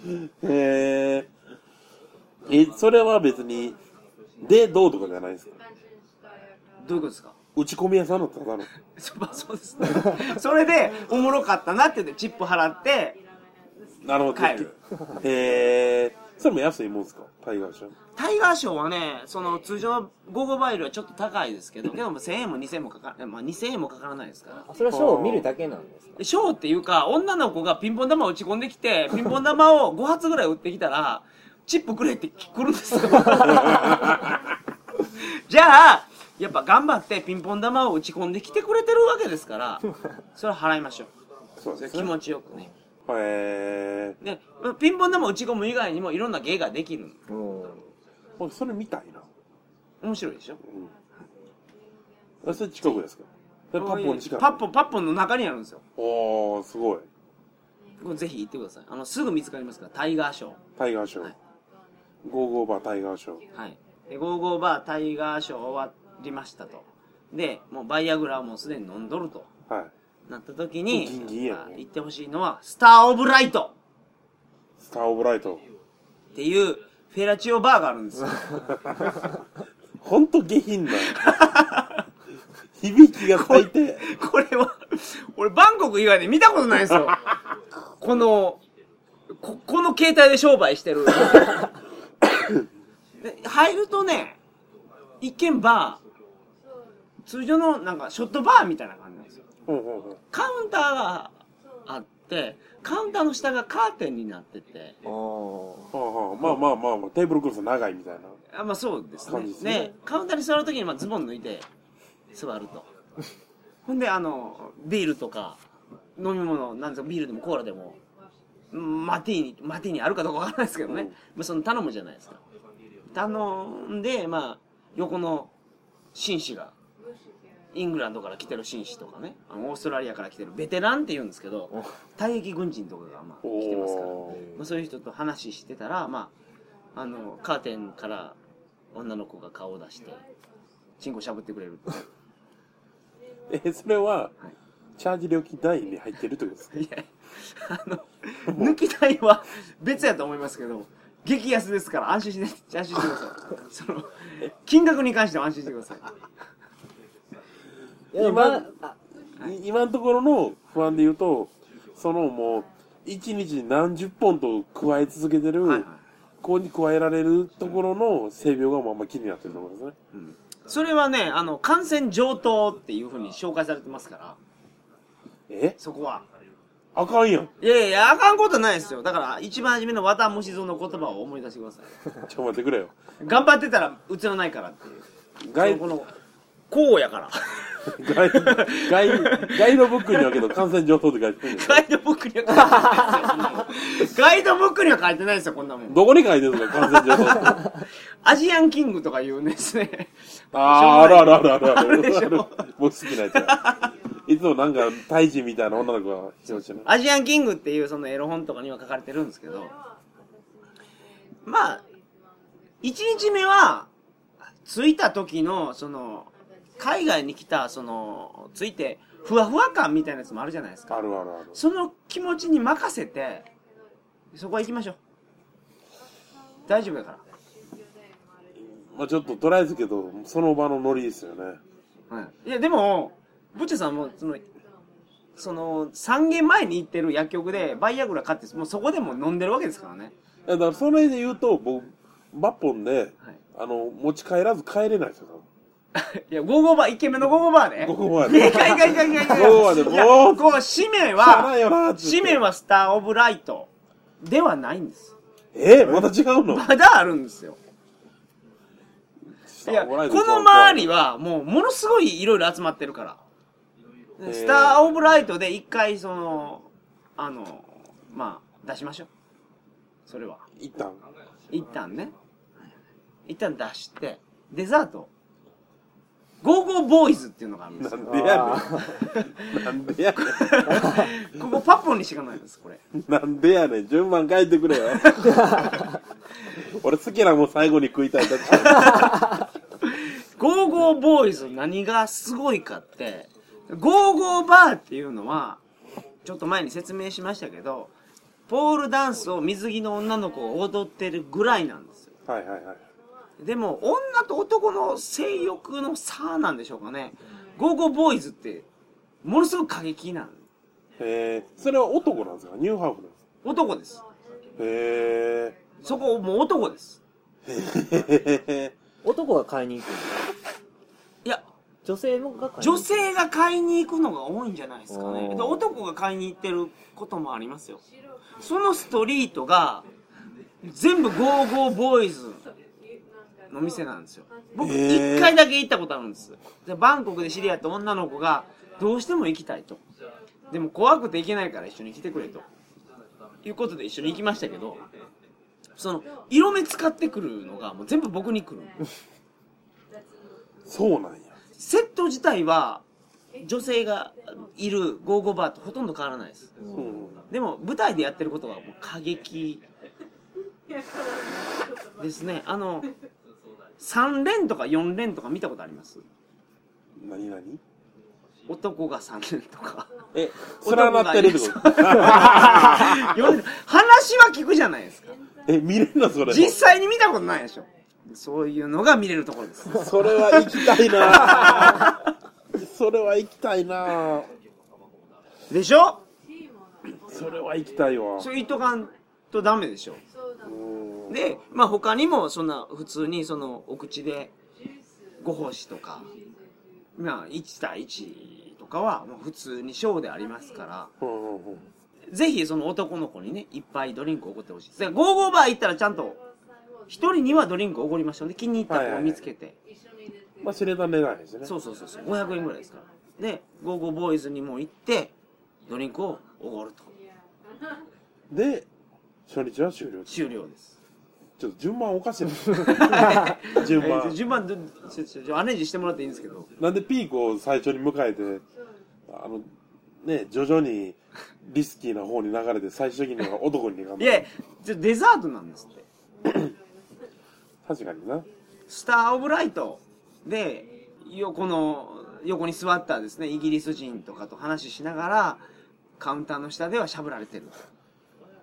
[SPEAKER 1] よ。
[SPEAKER 2] へえ。え、それは別に、で、どうとかじゃないですか。
[SPEAKER 1] どういうことですか
[SPEAKER 2] 打ち込み屋さんのただの。
[SPEAKER 1] そまあ そうですね。それで、おもろかったなって言って、チップ払って、
[SPEAKER 2] なるほど。
[SPEAKER 1] 帰る。
[SPEAKER 2] へえ。それも安いもんですかタイガーショー。
[SPEAKER 1] タイガーショーはね、その通常の午後バイルはちょっと高いですけど、けども1000円も2000円もかか、まあ2000円もかからないですから。
[SPEAKER 3] あそれはショーを見るだけなんですか
[SPEAKER 1] でショーっていうか、女の子がピンポン玉を打ち込んでき て、ピンポン玉を5発ぐらい打ってきたら、チップくれって来るん ですよ。じゃあ、やっぱ頑張ってピンポン玉を打ち込んできてくれてるわけですから、それは払いましょう。
[SPEAKER 2] そうです
[SPEAKER 1] 気
[SPEAKER 2] ね。
[SPEAKER 1] 持ちよくね。
[SPEAKER 2] へえ。
[SPEAKER 1] で、ピンポン玉を打ち込む以外にもいろんな芸ができる。
[SPEAKER 3] うん
[SPEAKER 2] あそれ見たいな。
[SPEAKER 1] 面白いでしょ
[SPEAKER 2] あそれ近くですかそれパッポン近く。
[SPEAKER 1] パッポン、パッポンの中にあるんですよ。
[SPEAKER 2] おー、すごい。
[SPEAKER 1] ぜひ行ってください。あの、すぐ見つかりますから、タイガーショー。
[SPEAKER 2] タイガーショー。ゴーゴーバータイガーショー。
[SPEAKER 1] はい。で、ゴーゴーバータイガーショー終わりましたと。で、もうバイアグラはもうすでに飲んどると。
[SPEAKER 2] はい。
[SPEAKER 1] なった時に、
[SPEAKER 2] ギンギンやね
[SPEAKER 1] 行ってほしいのは、スターオブライト
[SPEAKER 2] スターオブライト。
[SPEAKER 1] っていう、フェラチオバーがあるんですよ。
[SPEAKER 2] ほんと下 品な。響きが最低。
[SPEAKER 1] これは、俺バンコク以外で見たことないんですよ。この、こ、この携帯で商売してる。で入るとね、一見バー、通常のなんかショットバーみたいな感じなんですよ。
[SPEAKER 2] ほうほうほう
[SPEAKER 1] カウンターがあって、カウンターの下がカーテンになってて、
[SPEAKER 3] あ
[SPEAKER 2] はあはあまあまあまあまあ、テーブルクロス長いみたいな。
[SPEAKER 1] あまあそうです
[SPEAKER 2] そう
[SPEAKER 1] ね。
[SPEAKER 2] です
[SPEAKER 1] で
[SPEAKER 2] ね
[SPEAKER 1] カウンターに座るときにまあズボン脱いで座る と。ほんで、あの、ビールとか、飲み物、なんですか、ビールでもコーラでも、うんマティーニ、マティーニあるかどうかわからないですけどね。
[SPEAKER 2] うん
[SPEAKER 1] まあその頼むじゃないですか。頼んで、まあ、横の紳士が、イングランドから来てる紳士とかね、あのオーストラリアから来てるベテランって言うんですけど、退役軍人とかがまあ
[SPEAKER 2] お
[SPEAKER 1] 来てますから。
[SPEAKER 2] お
[SPEAKER 1] まあ、そういう人と話してたら、まあ、あの、カーテンから女の子が顔を出して、チンコしゃぶってくれる。
[SPEAKER 2] ー。え、それは
[SPEAKER 1] はい、
[SPEAKER 2] チャージ料金代に入ってるってことですか
[SPEAKER 1] いや、あの、抜き代は別やと思いますけど、激安ですから安心して、安心してください。その、金額に関しては安心してください。
[SPEAKER 3] あ。いや、
[SPEAKER 2] 今
[SPEAKER 3] まあ、あ
[SPEAKER 2] い今のところの不安で言うと、そのもう、一日に何十本と加え続けてる、
[SPEAKER 1] はいはい。
[SPEAKER 2] ここに加えられるところの性病がまあまあ気になってると思いますね。
[SPEAKER 1] うんそれはね、あの、感染上等っていうふうに紹介されてますから、
[SPEAKER 2] え
[SPEAKER 1] そこは。
[SPEAKER 2] あかんやん。
[SPEAKER 1] いやいや、あかんことないですよ。だから、一番初めの綿虫像の言葉を思い出してください。
[SPEAKER 2] ちょ、待ってくれよ。
[SPEAKER 1] 頑張ってたら映らないからっていう。
[SPEAKER 2] 外、
[SPEAKER 1] この、こうやから。
[SPEAKER 2] 外、外、ガイドブックにはけど感染上等って書いてるんです よ
[SPEAKER 1] ガイドブックには書いてないですよそんなもん。ガイドブックには書いてないですよ、こんなもん。
[SPEAKER 2] どこに書いてるんですか、感染上等 って。
[SPEAKER 1] アジアンキングとかいうですね。
[SPEAKER 2] あー、あるあるあるあるあ
[SPEAKER 1] あるで
[SPEAKER 2] る。
[SPEAKER 1] しょ
[SPEAKER 2] 僕好きなやつや。いつもなんか、胎児みたいな女の子がしてましたね。
[SPEAKER 1] アジアンキングっていうそのエロ本とかには書かれてるんですけど、まあ、1日目は、着いた時の、その、海外に来た、その、着いて、ふわふわ感みたいなやつもあるじゃないですか。
[SPEAKER 2] あるあるある。
[SPEAKER 1] その気持ちに任せて、そこは行きましょう。大丈夫やから。
[SPEAKER 2] まあちょっと、とりあえずけど、その場のノリですよね。
[SPEAKER 1] いや、でも、ブッチャさんも、その、その、3軒前に行ってる薬局で、バイアグラ買って、もうそこでもう飲んでるわけですからね。
[SPEAKER 2] いやだから、それで言うと、僕、バッポンで、
[SPEAKER 1] はい。
[SPEAKER 2] あの、持ち帰らず帰れないですよ、
[SPEAKER 1] いや、ゴーゴーバー、イケメンのゴーゴーバーで。
[SPEAKER 2] 多分。ここ
[SPEAKER 1] い
[SPEAKER 2] ま
[SPEAKER 1] や
[SPEAKER 2] で。
[SPEAKER 1] いかいかいかいかいかい
[SPEAKER 2] ゴーゴーバーで
[SPEAKER 1] いや
[SPEAKER 2] もう
[SPEAKER 1] こう、使命
[SPEAKER 2] しゃあな
[SPEAKER 1] は、
[SPEAKER 2] いよなーっつって
[SPEAKER 1] 使命はスター・オブ・ライトではないんです。
[SPEAKER 2] えまた違うの
[SPEAKER 1] まだあるんですよ。いや、この周り
[SPEAKER 2] は。
[SPEAKER 1] は、もう、ものすごいいろいろ集まってるから。
[SPEAKER 2] へー
[SPEAKER 1] スター・オブ・ライトで一回、その、あの、まあ、出しましょう。それは。
[SPEAKER 2] 一旦。
[SPEAKER 1] 一旦ね。一旦出して、デザート。ゴーゴーボーイズっていうのがあるんです
[SPEAKER 2] な
[SPEAKER 1] よ。
[SPEAKER 2] んでやねん。なんでやね
[SPEAKER 1] ここパッポンにしかないんです、これ。
[SPEAKER 2] ん。なんでやねん。順番書いてくれよ。俺好きなもん最後に食いたいだけ。
[SPEAKER 1] ゴーゴーボーイズ何がすごいかって、ゴーゴーバーっていうのは、ちょっと前に説明しましたけど、ポールダンスを水着の女の子を踊ってるぐらいなんですよ。
[SPEAKER 2] はいはいはい。
[SPEAKER 1] でも、女と男の性欲の差なんでしょうかね。ゴーゴーボーイズって、ものすごく過激な
[SPEAKER 2] えー、それは男なんですかニューハーフなんですか
[SPEAKER 1] 男です。
[SPEAKER 2] へ
[SPEAKER 1] そこ、もう男です。
[SPEAKER 2] え。
[SPEAKER 3] 男が買いに行くんだ
[SPEAKER 1] いや、
[SPEAKER 3] 女性もが買いに行く
[SPEAKER 1] 女性が買いに行くのが多いんじゃないですかね。
[SPEAKER 3] あー
[SPEAKER 1] で男が買いに行ってることもありますよ。そのストリートが、全部ゴーゴーボーイズの店なんですよ。僕、
[SPEAKER 2] へー
[SPEAKER 1] 一回だけ行ったことあるんです。で、バンコクで知り合った女の子が、どうしても行きたいと。でも怖くて行けないから一緒に来てくれと。いうことで一緒に行きましたけど、その、色目使ってくるのが、もう全部僕に来る。
[SPEAKER 2] そうなんや。
[SPEAKER 1] セット自体は女性がいるゴーゴーバーとほとんど変わらないです。
[SPEAKER 2] うん。
[SPEAKER 1] でも舞台でやってることはもう過激ですね。あの、3連とか4連とか見たことあります
[SPEAKER 2] 何何
[SPEAKER 1] 男が3連とか。
[SPEAKER 2] え、連なってるってこと
[SPEAKER 1] 四連話は聞くじゃないですか。
[SPEAKER 2] え、見れんのそれ。
[SPEAKER 1] 実際に見たことないでしょ。そういうのが見れるところです。
[SPEAKER 2] それは行きたいなぁ それは行きたいなぁ
[SPEAKER 1] でしょ
[SPEAKER 2] それは行きたいわ。
[SPEAKER 1] それ言っとかんとダメでしょ。
[SPEAKER 2] うん
[SPEAKER 1] で、まあ他にも、そんな、普通に、その、お口で、5星とか、まあ、1対1とかは、もう普通にショーでありますから、
[SPEAKER 2] うんうんうん
[SPEAKER 1] ぜひその男の子にね、いっぱいドリンクおごってほしい。で、ゴーゴーバー行ったらちゃんと、一人にはドリンクおごりましょうね。気に入った子を見つけて。
[SPEAKER 2] まあ、知れた値段ですね。
[SPEAKER 1] そうそうそうそう、500円ぐらいですから。で、ゴーゴーボーイズにも行って、ドリンクをおごると。
[SPEAKER 2] で、初日は終了。
[SPEAKER 1] 終了です。
[SPEAKER 2] ちょっと順番おかし いな順
[SPEAKER 1] えー
[SPEAKER 2] 番。
[SPEAKER 1] 順番ど、ちょ、ちょ、ちょアレンジしてもらっていいんですけど。
[SPEAKER 2] なんでピークを最初に迎えて、あの、ね、徐々にリスキーな方に流れて、最終的には男に頑
[SPEAKER 1] い
[SPEAKER 2] 張
[SPEAKER 1] や
[SPEAKER 2] る。、
[SPEAKER 1] ちょデザートなんですって。
[SPEAKER 2] 確かにな。
[SPEAKER 1] スター・オブ・ライトで、横の、横に座ったですね、イギリス人とかと話ししながら、カウンターの下ではしゃぶられてる。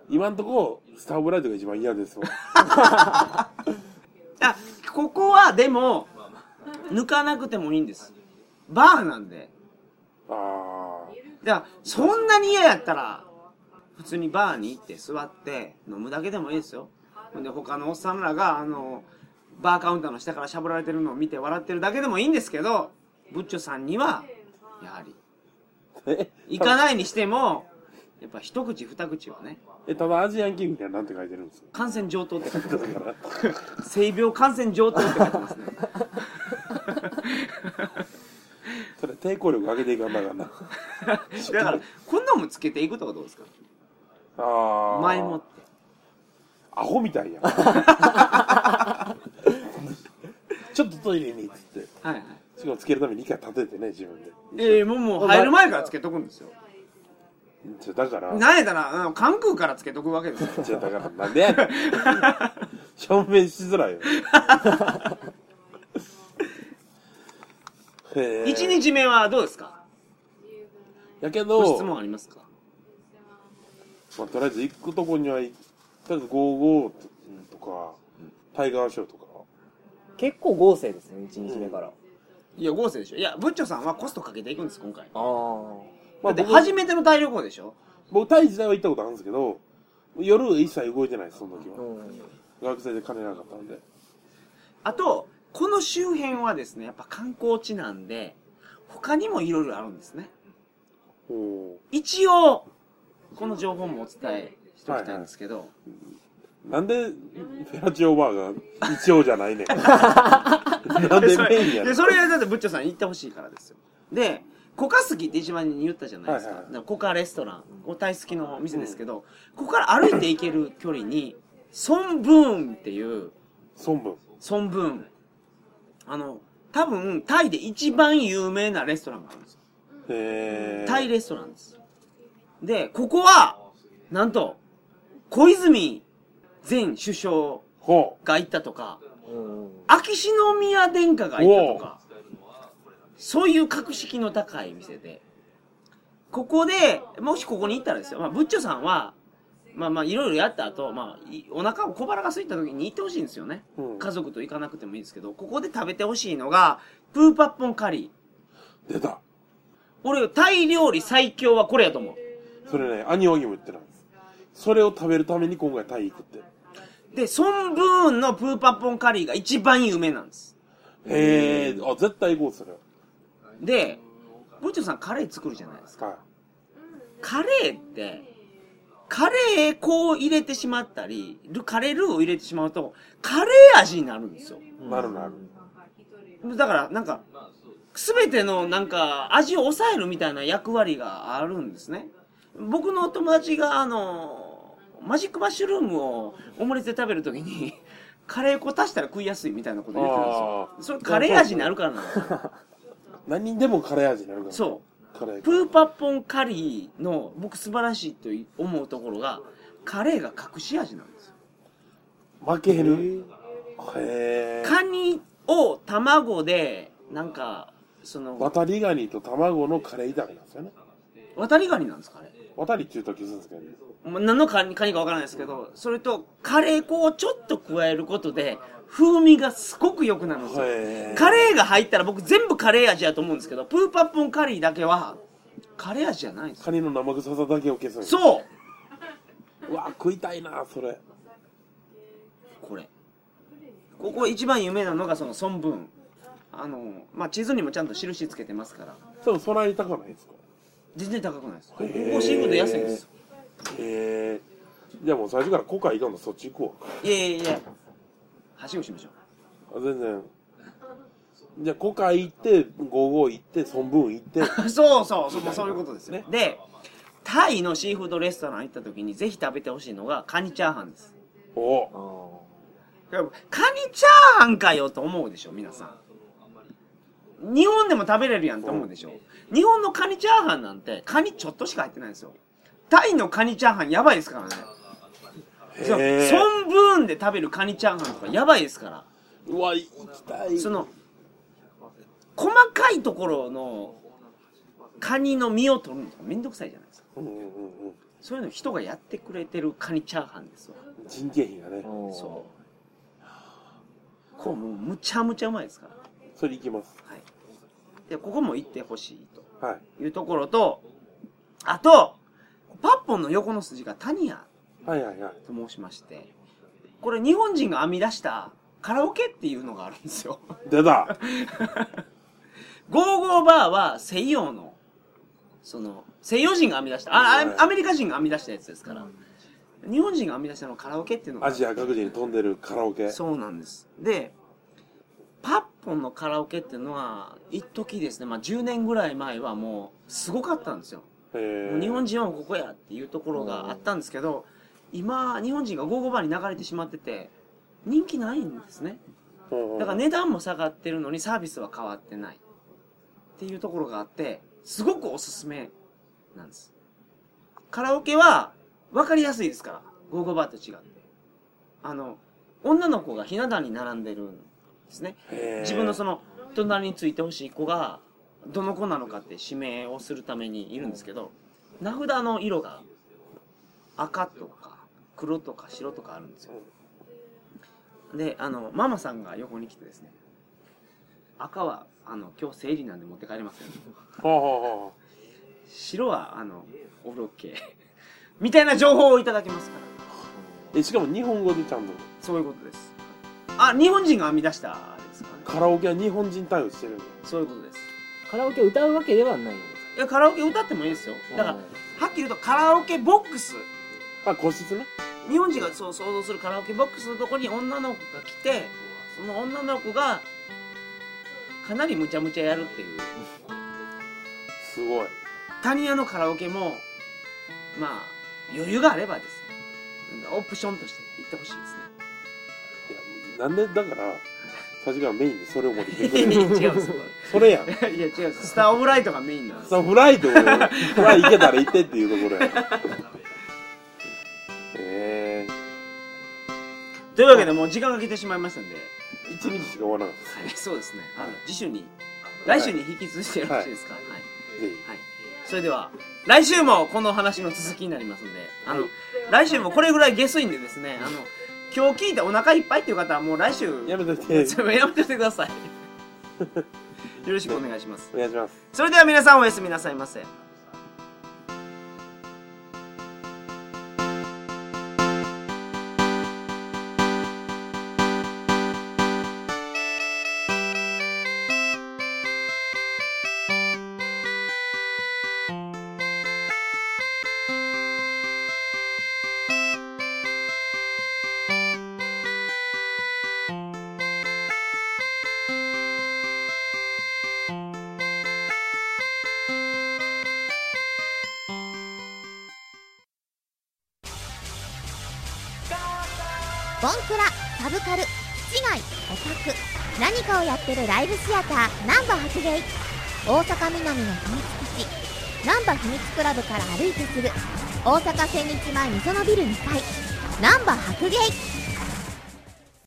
[SPEAKER 2] 今んとこ、スターブライトが一番 嫌ですわ。
[SPEAKER 1] あ、ここはでも、抜かなくてもいいんです。バーなんで。
[SPEAKER 2] あ
[SPEAKER 1] だから、そんなに嫌やったら、普通にバーに行って座って飲むだけでもいいですよ。ほんで、他のおっさんらが、あの、バーカウンターの下からしゃぶられてるのを見て笑ってるだけでもいいんですけど、ブッチョさんには、やはり、
[SPEAKER 2] ー。え、
[SPEAKER 1] 行かないにしても、やっぱ一口二口はね、
[SPEAKER 2] え、ただアジアンキングにはなんて書いてるんですか
[SPEAKER 1] 感染上等って書いてます。
[SPEAKER 2] だから、
[SPEAKER 1] 性病感染上等って書いてます ね。
[SPEAKER 2] それ抵抗力上げていかんなあかんな。
[SPEAKER 1] だから、こんなもんつけていくとかどうですか
[SPEAKER 2] ああ。
[SPEAKER 1] 前もって。
[SPEAKER 2] アホみたいやん ちょっとトイレにっつって
[SPEAKER 1] はいはい。
[SPEAKER 2] しかもつけるために一回立ててね自分で
[SPEAKER 1] ええもうもう入る前からつけとくんですよ。
[SPEAKER 2] ちょだから
[SPEAKER 1] なんやったら、あの関空からつけとくわけ ですよ。
[SPEAKER 2] ちょだからなんでや ねん証明しづら いよへえ
[SPEAKER 1] 1日目はどうですか
[SPEAKER 2] やけ
[SPEAKER 1] ご
[SPEAKER 2] ど
[SPEAKER 1] 質問ありますか
[SPEAKER 2] まあ、とりあえず行くとこには行とりあえず55とかタイガーショーとか
[SPEAKER 3] 結構豪勢ですね、1日目から。
[SPEAKER 1] いや、合成でしょ。いや、ブッチョさんはコストかけていくんです、今回。
[SPEAKER 3] ああ。
[SPEAKER 1] だ
[SPEAKER 2] まあ
[SPEAKER 1] って
[SPEAKER 2] 僕
[SPEAKER 1] 初めての大旅行でしょ
[SPEAKER 2] 僕タイ自体は行ったことあるんですけど夜一切動いてないですその時は
[SPEAKER 3] うん。
[SPEAKER 2] 学生で金なかったんで
[SPEAKER 1] あと、この周辺はですね、やっぱ観光地なんで、他にもいろいろあるんですね。
[SPEAKER 2] おお
[SPEAKER 1] 一応、この情報もお伝えしておきたいんですけど、
[SPEAKER 2] なんで、フェラチオバーが一応じゃない ねん。なんでメインや
[SPEAKER 1] い
[SPEAKER 2] ね
[SPEAKER 1] や
[SPEAKER 2] ん。
[SPEAKER 1] それはだってブッチョさん行ってほしいからですよ。で、コカ好きって一番に言ったじゃないですか。
[SPEAKER 2] はいはいはい
[SPEAKER 1] だからコカレストラン、お大好きのお店ですけど、ここから歩いて行ける距離に、ソンブーンっていう、
[SPEAKER 2] 孫文。
[SPEAKER 1] ソンブーン。あの、多分、タイで一番有名なレストランがあるんですよ。
[SPEAKER 2] えー。
[SPEAKER 1] タイレストランです。で、ここは、なんと、小泉前首相
[SPEAKER 2] ほ
[SPEAKER 1] が行ったとか、
[SPEAKER 3] うん。
[SPEAKER 1] 秋篠宮殿下がいたとか、そういう格式の高い店で、ここで、もしここに行ったらですよ、まあ、ブッチョさんは、まあまあ、いろいろやった後、まあ、いお腹を小腹が空いた時に行ってほしいんですよね。
[SPEAKER 2] うん
[SPEAKER 1] 家族と行かなくてもいいんですけど、ここで食べてほしいのが、プーパッポンカリー。
[SPEAKER 2] う。出た。
[SPEAKER 1] 俺、タイ料理最強はこれやと思
[SPEAKER 2] それね、兄鬼も言ってない。それを食べるために今回タイ行くって。
[SPEAKER 1] う。で、ソンブーンのプーパッポンカリーが一番有名なんです。
[SPEAKER 2] へえー。あ、絶対行こう、それは。
[SPEAKER 1] で、ブッチョさんカレー作るじゃないですか。
[SPEAKER 2] は
[SPEAKER 1] カレーって、カレー粉を入れてしまったり、ルカレールーを入れてしまうと、カレー味になるんですよ。
[SPEAKER 2] い。なるなる。
[SPEAKER 1] だから、なんか、すべてのなんか、味を抑えるみたいな役割があるんですね。僕の友達が、あの、マジックマッシュルームをオムレツで食べるときに、 カレー粉足したら食いやすいみたいなこと言ってたんですよ。
[SPEAKER 2] あー
[SPEAKER 1] それカレー味になるからなんです よ。
[SPEAKER 2] 何にでもカレー味になるから。う。
[SPEAKER 1] そう。
[SPEAKER 2] カレー。
[SPEAKER 1] プーパッポンカリーの僕素晴らしいと思うところが、カレーが隠し味なんですよ。
[SPEAKER 2] 負けへる。へえー。
[SPEAKER 1] カニを卵で、なんか、そ
[SPEAKER 2] ワ
[SPEAKER 1] の、
[SPEAKER 2] タリガニと卵のカレー炒めなんですよね。
[SPEAKER 1] 渡りガニなんですかね。
[SPEAKER 2] ワタリって言うときするんですけどね。
[SPEAKER 1] まあ何のカニカニかわからないですけど、それとカレー粉をちょっと加えることで、風味がすごく良くなるんですよ。
[SPEAKER 2] へー
[SPEAKER 1] カレーが入ったら僕全部カレー味やと思うんですけど、プーパッポンカリーだけは、カレー味じゃないんですよ。
[SPEAKER 2] カニの生臭さだけを消すんや
[SPEAKER 1] そう
[SPEAKER 2] うわ、食いたいな、それ。
[SPEAKER 1] ここ一番有名なのがその孫文あのまあ地図にもちゃんと印つけてますから
[SPEAKER 2] でもそら痛くないですか
[SPEAKER 1] 全然高くないですここ
[SPEAKER 2] へー
[SPEAKER 1] シーフード安いんですよ
[SPEAKER 2] へえじゃあもう最初から今回行かんのそっち行こう
[SPEAKER 1] いやいやいやはしごしましょう
[SPEAKER 2] あ全然じゃあ今回行って55行って孫文行って
[SPEAKER 1] そうそう、そうもうそういうことですよ。
[SPEAKER 2] ね
[SPEAKER 1] で、タイのシーフードレストラン行った時にぜひ食べてほしいのがカニチャーハンです。
[SPEAKER 2] お
[SPEAKER 3] あー
[SPEAKER 1] カニチャーハンかよと思うでしょ、皆さん。日本でも食べれるやんと思うでしょ。日本のカニチャーハンなんてカニちょっとしか入ってないんですよ。タイのカニチャーハンやばいですからね。そう
[SPEAKER 2] へえ
[SPEAKER 1] ソンブーンで食べるカニチャーハンとかやばいですから。
[SPEAKER 2] うわ行きたい
[SPEAKER 1] その細かいところのカニの身を取るのとかめんどくさいじゃないですか
[SPEAKER 2] うんうんうんうん
[SPEAKER 1] そういうの人がやってくれてるカニチャーハンですわ
[SPEAKER 2] 人件費がね
[SPEAKER 3] おー
[SPEAKER 1] そうこれもうむちゃむちゃうまいですから
[SPEAKER 2] それ行きます
[SPEAKER 1] はいでここも行ってほしい
[SPEAKER 2] はい
[SPEAKER 1] というところとあとパッポンの横の筋がタニア
[SPEAKER 2] はいはいはい
[SPEAKER 1] と申しましてこれ日本人が編み出したカラオケっていうのがあるんですよ
[SPEAKER 2] 出た
[SPEAKER 1] ゴーゴーバーは西洋の、その、西洋人が編み出した、あ、あアメリカ人が編み出したやつですから、日本人が編み出したのはカラオケっていうのが
[SPEAKER 2] アジア各地に飛んでるカラオケ
[SPEAKER 1] そうなんです。で、パッポンのカラオケっていうのは、一時ですね、まあ10年ぐらい前はもう、すごかったんですよ。
[SPEAKER 2] へ
[SPEAKER 1] もう
[SPEAKER 2] ー
[SPEAKER 1] 日本人はここやっていうところがあったんですけど、今、日本人がゴーゴーバーに流れてしまってて、人気ないんですね。
[SPEAKER 2] うんうん
[SPEAKER 1] だから値段も下がってるのにサービスは変わってない。っていうところがあって、すごくおすすめなんです。カラオケは分かりやすいですから。ゴーゴーバーと違って。あの、女の子がひな壇に並んでるんですね。
[SPEAKER 2] へー
[SPEAKER 1] 自分のその、隣についてほしい子が、どの子なのかって指名をするためにいるんですけど、名札の色が赤とか黒とか白とかあるんですよ。で、あの、ママさんが横に来てですね、赤は、あの、今日生理なんで持って帰りません。
[SPEAKER 2] ほうほ
[SPEAKER 1] 白は、あの、オロケ。みたいな情報をいただけますから。
[SPEAKER 2] うえしかも日本語でちゃんと
[SPEAKER 1] そういうことです。あ、日本人が編み出したあれですかね。
[SPEAKER 2] カラオケは日本人対応してるんだ
[SPEAKER 1] そういうことです。
[SPEAKER 3] カラオケ歌うわけではないんで
[SPEAKER 1] いや、カラオケ歌ってもいいですよ。
[SPEAKER 3] すか
[SPEAKER 1] だから、
[SPEAKER 3] う
[SPEAKER 1] は
[SPEAKER 3] ん
[SPEAKER 1] っきり言うとカラオケボックス。
[SPEAKER 2] あ個室ね
[SPEAKER 1] 日本人がそう想像するカラオケボックスのとこに女の子が来てその女の子がかなりむちゃむちゃやるっていう
[SPEAKER 2] すごい
[SPEAKER 1] タニアのカラオケもまあ余裕があればですねオプションとして行ってほしい
[SPEAKER 2] いやなんでだから最初からメインでそれを持ってきて
[SPEAKER 1] で
[SPEAKER 2] く
[SPEAKER 1] す
[SPEAKER 2] れ
[SPEAKER 1] ねい
[SPEAKER 2] る
[SPEAKER 1] や 違うんですこ
[SPEAKER 2] それやん
[SPEAKER 1] れいや違うんですスター・オブ・ライトがメインなんです
[SPEAKER 2] さフライド俺フライ行けたら行ってっていうところやえ
[SPEAKER 1] というわけでもう時間が来てしまいましたんで、
[SPEAKER 2] ー、一日しか終わらなかっ
[SPEAKER 1] はい、そうですねあの次週に来週に引き続いてよろしいですか、はい
[SPEAKER 2] たぜひ
[SPEAKER 1] はい。それでは、来週もこの話の続きになりますんで、あの、来週もこれぐらい下水んでですね、あの、今日聞いてお腹いっぱいっていう方はもう来週、
[SPEAKER 2] やめといて
[SPEAKER 1] そ れやめてください。よろしくお願いします。
[SPEAKER 2] お願いします
[SPEAKER 1] それでは皆さんおやすみなさいませ。
[SPEAKER 5] ボンクラサブカル市街オタク何かをやってるライブシアター難波発芸大阪南の秘密基地難波秘密クラブから歩いてする大阪千日前みそのビル2階難波白芸